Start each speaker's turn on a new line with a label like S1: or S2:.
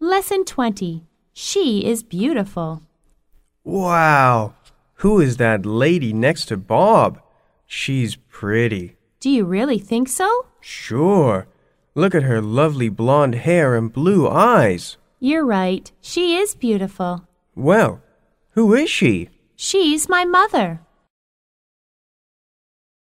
S1: Lesson 20. She is beautiful.
S2: Wow. Who is that lady next to Bob? She's pretty.
S1: Do you really think so?
S2: Sure. Look at her lovely blonde hair and blue eyes.
S1: You're right. She is beautiful.
S2: Well, who is she?
S1: She's my mother.